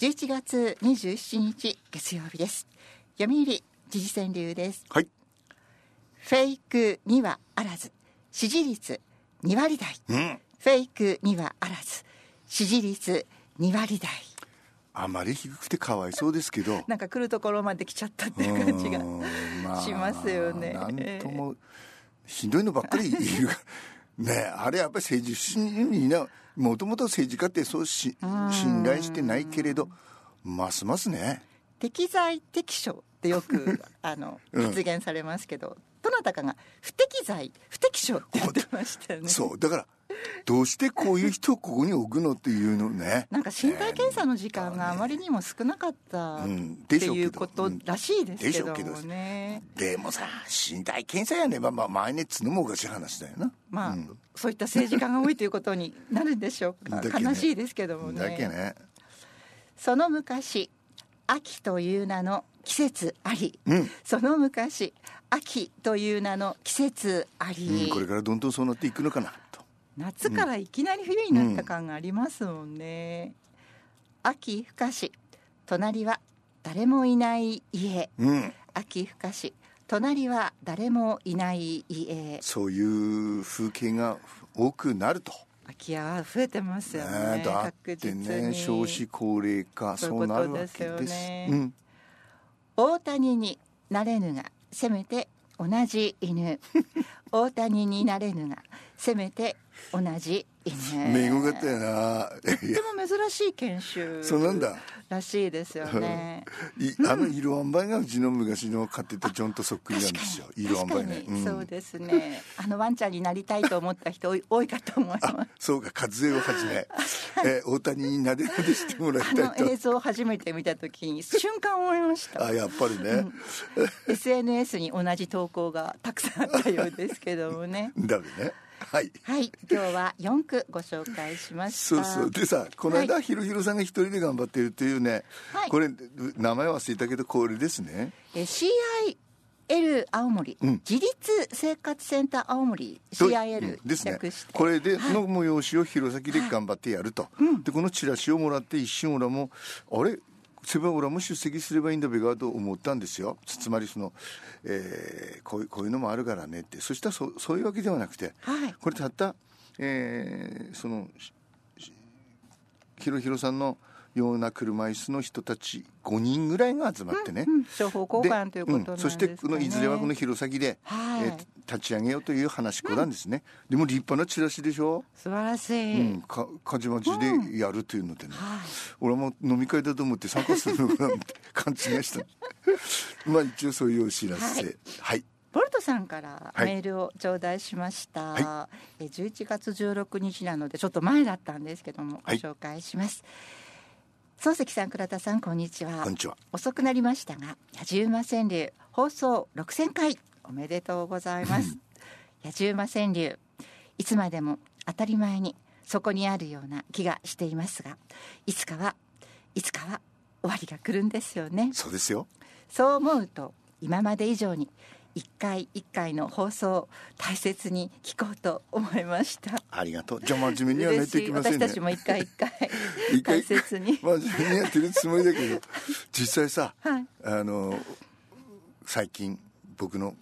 11月27日月曜日です読売時事川柳ですはい。フェイクにはあらず支持率2割台うん。フェイクにはあらず支持率2割台あまり低くてかわいそうです けど。なんか来るところまで来ちゃったっていう感じがうーんまあしますよねなんとも、ひどいのばっかり 言う。ねえあれやっぱり政治信にな、もともと政治家ってそうし信頼してないけれど、ますますね。適材適所ってよくあのうん発言されますけど、どなたかが不適材不適所って言ってましたよね。そう。だから、どうしてこういう人をここに置くのっていうのね。なんか身体検査の時間があまりにも少なかったっうんてでしょういけどうことらしいですけどうんでしょもうけどね、でもさ、身体検査やねば、まあ、前ね、つのもおかしい話だよな。まあ、うんそういった政治家が多いということになるんでしょうか、だけね悲しいですけどもだけね。その昔秋という名の季節あり、うんその昔秋という名の季節あうんり、これからどんどんそうなっていくのかなと。夏からいきなり冬になった感がありますもんね、秋深し隣は誰もいない家うん。秋深し隣は誰もいない家そういう風景が多くなると。空き家は増えてますよねねだっ確て実に、ね、少子高齢化、そういそううこなるとわでけすよです。ねうん。大谷になれぬがせめて同じ 犬大谷になれぬがせめて同じ犬名語があったよな。いやとても珍しい研修そうなんだ。らしいですよ ねいあの色あんばいがうちの昔の飼ってたジョンとそっくりなんですよ。色あんば確いかねに、。うんそうですねあのワンちゃんになりたいと思った人多い多いかと思 いますそうか、和江をは じめ、えー大谷になでなでしてもらいあたいのと映。像を初めて見た時に瞬間思いましあたやっぱりね、 SNS に同じ投稿がたくさんあったようですけども ねだめねはいはい今日は4区ご紹介しましたそうそうでさこの間、ひろひろさんが一人で頑張ってるっていうね、はいこれ名前忘れたけどこれですねえー CIL 青森、うん自立生活センター青森ど CIL うんですね略して、これでの催しを弘前で頑張ってやると、でこのチラシをもらって一瞬オラもあれセバオラも出席すればいいんだべがと思ったんですよつつまりその、えーこういうこういうのもあるからねってそしたらそそういうわけではなくて、はいこれたった、えーそのししひろひろさんのような車椅子の人たち5人ぐらいが集まってね、うん情報交換ということなんですかね、そしてこのいずれはこの弘前で、はいえー立ち上げようという話し子なんですね、でも立派なチラシでしょ、素晴らしうい、ん、かかじまじでやるというのでね、はい俺も飲み会だと思って参加するのかなって勘違いした まあ一応そういうお知らせはい、ボルトさんからはいメールを頂戴しました、はえー11月16日なのでちょっと前だったんですけどもごはい紹介します、漱石さん倉田さんこんにちはこんにちは遅くなりましたが野じ馬川柳放送6000回おめでとうござい ます野じ馬川柳いつまでも当たり前にそこにあるような気がしていますがいつかはいつかは終わりが来るんですよねそうですよそう思うと今まで以上に一回一回の放送を大切に聞こうと思いました。ありがとうじゃあ真面目にはやめ嬉ていしいきません私ねたちも一回一回 一回大切に。真面目にやってるつもりだけど実 際さ、はいあの最近僕の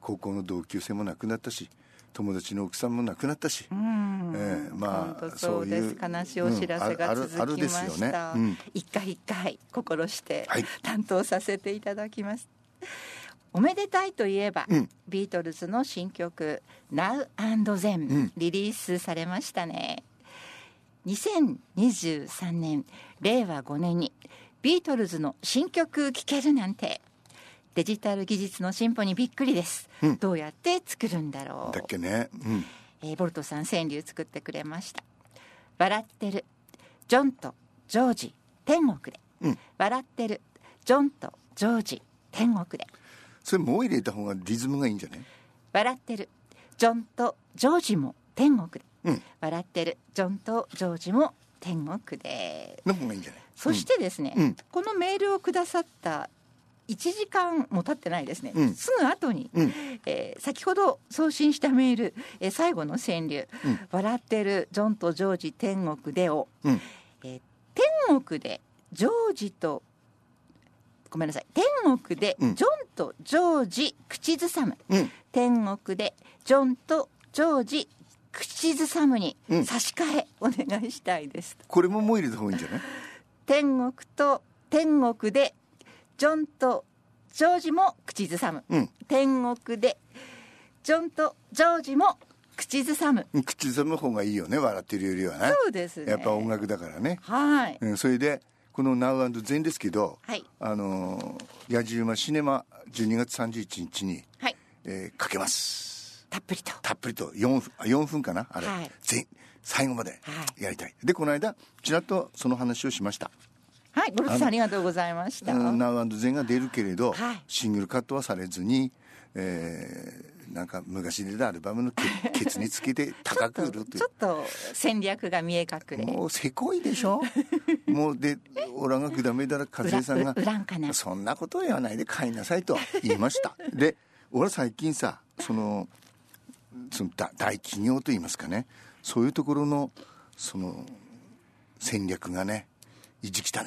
高校の同級生も亡くなったし友達の奥さんも亡くなったし、うんええまあ本当そうですそういう悲しいお知らせうんがあるあるあ続るきでますよしねたうん一回一回心してはい担当させていただきます、おめでたいといえば、うんビートルズの新曲「Now and Then、んリリースされましたね2023年令和5年にビートルズの新曲聴けるなんてデジタル技術の進歩にびっくりです、どうやって作るんだろうだっけね、うん、えーボルトさん川柳作ってくれました「笑ってるジョンとジョージ天国で」うん笑ってるジョンとジョージ天国で」それもう入れた方がリズムがいいんじゃない「笑ってるジョンとジョージも天国で」うん笑ってるジョンとジョージも天国で」の方がいいんじゃないそしてですね、うんこのメールをくださった1時間も経ってないですね、うんすぐ後に、うんえー先ほど送信したメール、えー最後の川柳、うん笑ってるジョンとジョージ天国でを」うんえー天国でジョージとごめんなさい天国でジうんョンとジョージ口ずさむ、うん天国でジョンとジョージ口ずさむにうん差し替えお願いしたいです、これももう入れた方がいいんじゃない天国と天国でジョンとジョージも口ずさむ、うん天国でジョンとジョージも口ずさむうん口ずさむ方がいいよね笑ってるよりはねそうですねやっぱ音楽だからね、はいうん、それでこの「Now&Zen」全ですけど、はいあのー野次馬シネマ12月31日に、はいえーかけますたっぷりとたっぷりと4分あ4分かなあれ、はい全最後まではいやりたい、でこの間ちらっとその話をしましたはいゴルフさんありがとうございまし「た、うん、Now&Zen」が出るけれど、はいシングルカットはされずに、えーなんか昔出たアルバムのケ ケツにつけてちょ高っとく売るといちょうっと戦略が見え隠れもうせこいで しょもうでオラがぐだめだら和江さんがうらうらんかなそんなことを言わないで買いなさいと言い ましたで俺は最近さそのそのだ大企業といいますかねそういうところのその戦略がね意地汚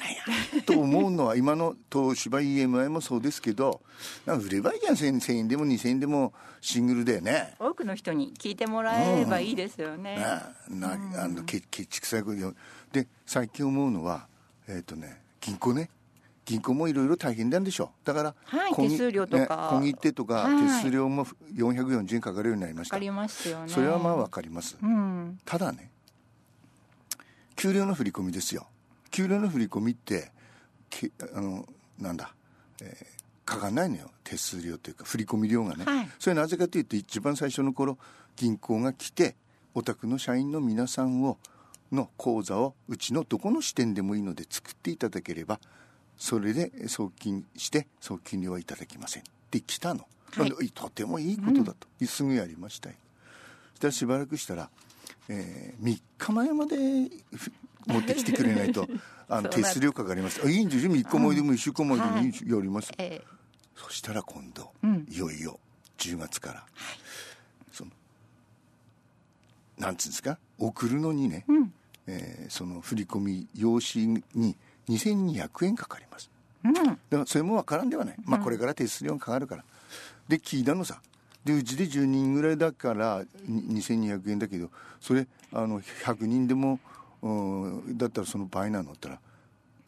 いなと思うのは今の東芝 EMI もそうですけどなんか売ればいいじゃん 1000, 1000円でも2000円でもシングルだよね。多くの人に聞いてもらえればいいですよね、ねなあのけけちくさいことよで最近思うのはえっ、とね銀行ね銀行もいろいろ大変なんでしょだから、はい小切手数料とかね、小切手とかはい手数料も440円かかるようになりましわたかりますよねそれはまあわかります、うんただね給料の振り込みですよ給料の振り込みってけあのなんだ、えーかかんないのよ手数料というか振り込み料がね、はいそれなぜかというと一番最初の頃銀行が来てお宅の社員の皆さんをの口座をうちのどこの支店でもいいので作っていただければそれでえー送金して送金料はいただきませんって来たの、はいなんでとてもいいことだと、すぐやりましたよそしたらしばらくしたら、え3日前までふ持ってきてくれな いとあのそう手なん数料かかりますあいいんですよ3日前でも1週間前でもいいんですよやります、えーそしたら今度、うんいよいよ10月から、そのなんつうんですか送るのにね、うんえーその振り込み用紙に2200円かかりますうんだからそれも分からんではない、まあ、これから手数料がかかるから、で聞いたのさでうちで10人ぐらいだからに2200円だけどそれあの100人でもうんだったらその倍なのって言ったら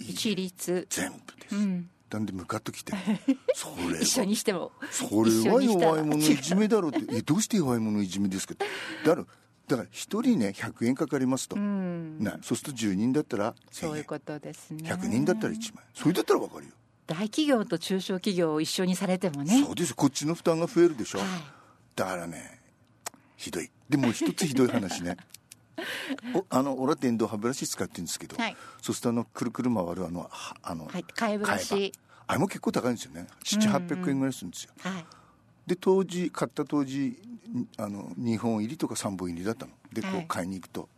一律全部です、うんなんでムカッときて それ一緒はにしてもそれは弱い者一緒いにしたじめだろうってえどうして弱い者いじめですかってだからだから1人ね100円かかりますと、らうんなそうすると10人だったら1000円そういうことですね100人だったら1万円それだったら分かるよ大企業と中小企業を一緒にされてもねそうですよこっちの負担が増えるでしょ、はいだからねひどいでもう一つひどい 話ねおあの俺は電動歯ブラシ使ってるんですけど、はいそうするとあのくるくる回るあのはあの、はい替えブラシ替え歯あれも結構高いんですよね700800円ぐらいするんですよはいで当時買った当時んあの2本入りとか3本入りだったのでこはうい買いに行くと、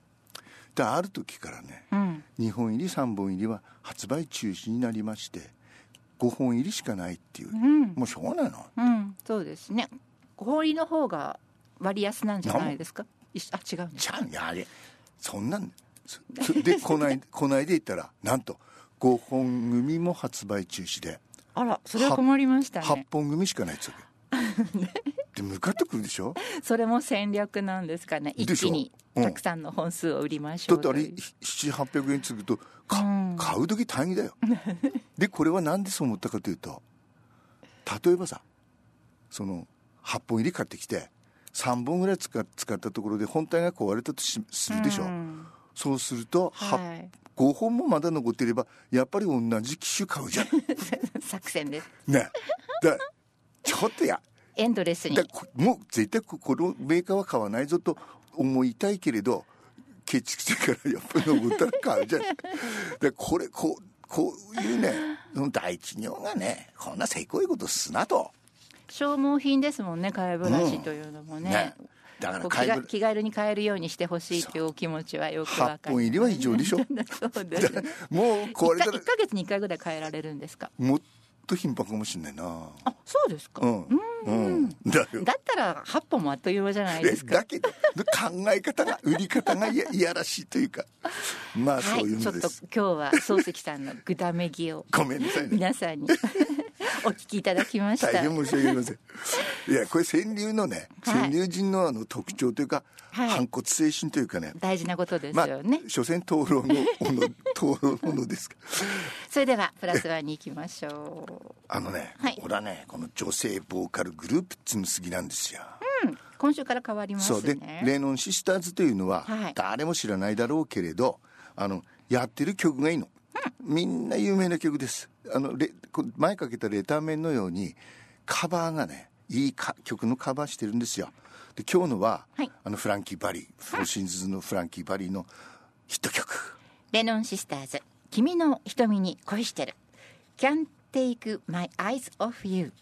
である時からね、うん2本入り3本入りは発売中止になりまして5本入りしかないっていう、んもうしょうがないなうんそうですね氷の方が割安なんじゃないですか一緒あ違うんですじゃんやれそんなんそ そでこないこないで言ったらなんと5本組も発売中止であらそれは困りました8ね本組しかないっつうわ けで向かってくるでしょそれも戦略なんですかねで一しょ気にうんたくさんの本数を売りましだょっうてあとれいう700800円つくとか、うん買う時大 変だよでこれは何でそう思ったかというと例えばさその8本入り買ってきて3本ぐらい使使ったところで本体が壊れたとしするでしょ、うんそうすると、ははい 5本もまだ残ってればやっぱり同じ機種買うじゃ ん作戦ですねだちょっとやエンドレスにだこもう絶対ここのメーカーは買わないぞと思いたいけれどケチくせえからやっぱり登ったら買 うじゃんだこれこうこういうねその大企業がねこんなせこいことすなと消耗品ですもんね替えブラシというのもねね,、だからこう買気いが物気軽に買えるようにしてほしいというお気持ちはよくわ8か本入りりは異常でし ょそうですもうこれ1かから一ヶ月に1回ぐらい変えられるんですかもと頻繁かもしれないなあそうですか、うんうんだよだったら8本もあっという間じゃないえですかだけど考え方が売り方がいやいやらしいとい うかまあはそういういちょのっとで今す、日は漱石さんのぐだめぎをごめんなさ いね皆さんに お聞きいただきました大変申し訳ありま せん。いや、これ川柳のね、はい川柳人のあの特徴というか、はい反骨精神というかね。大事なことですまあよね、、所詮討論の、もの、討論ものですか。それではプラスワンに行きましょうあのね、はい俺はね、この女性ボーカルグループっつうの好きなんですよ。今週から変わりますそうで、ねレーノンシスターズというのははい、誰も知らないだろうけれど、あの、やってる曲がいいの。みんな有名な曲です。あの、レこ前かけたレター面のように、カバーがね、いいか曲のカバーしてるんですよ。で、今日のは、はいあの、フランキー・バリー、フォーシンズのフランキー・バリーのヒット曲。レノンシスターズ「君の瞳に恋してる」「Can't Take My Eyes Off You」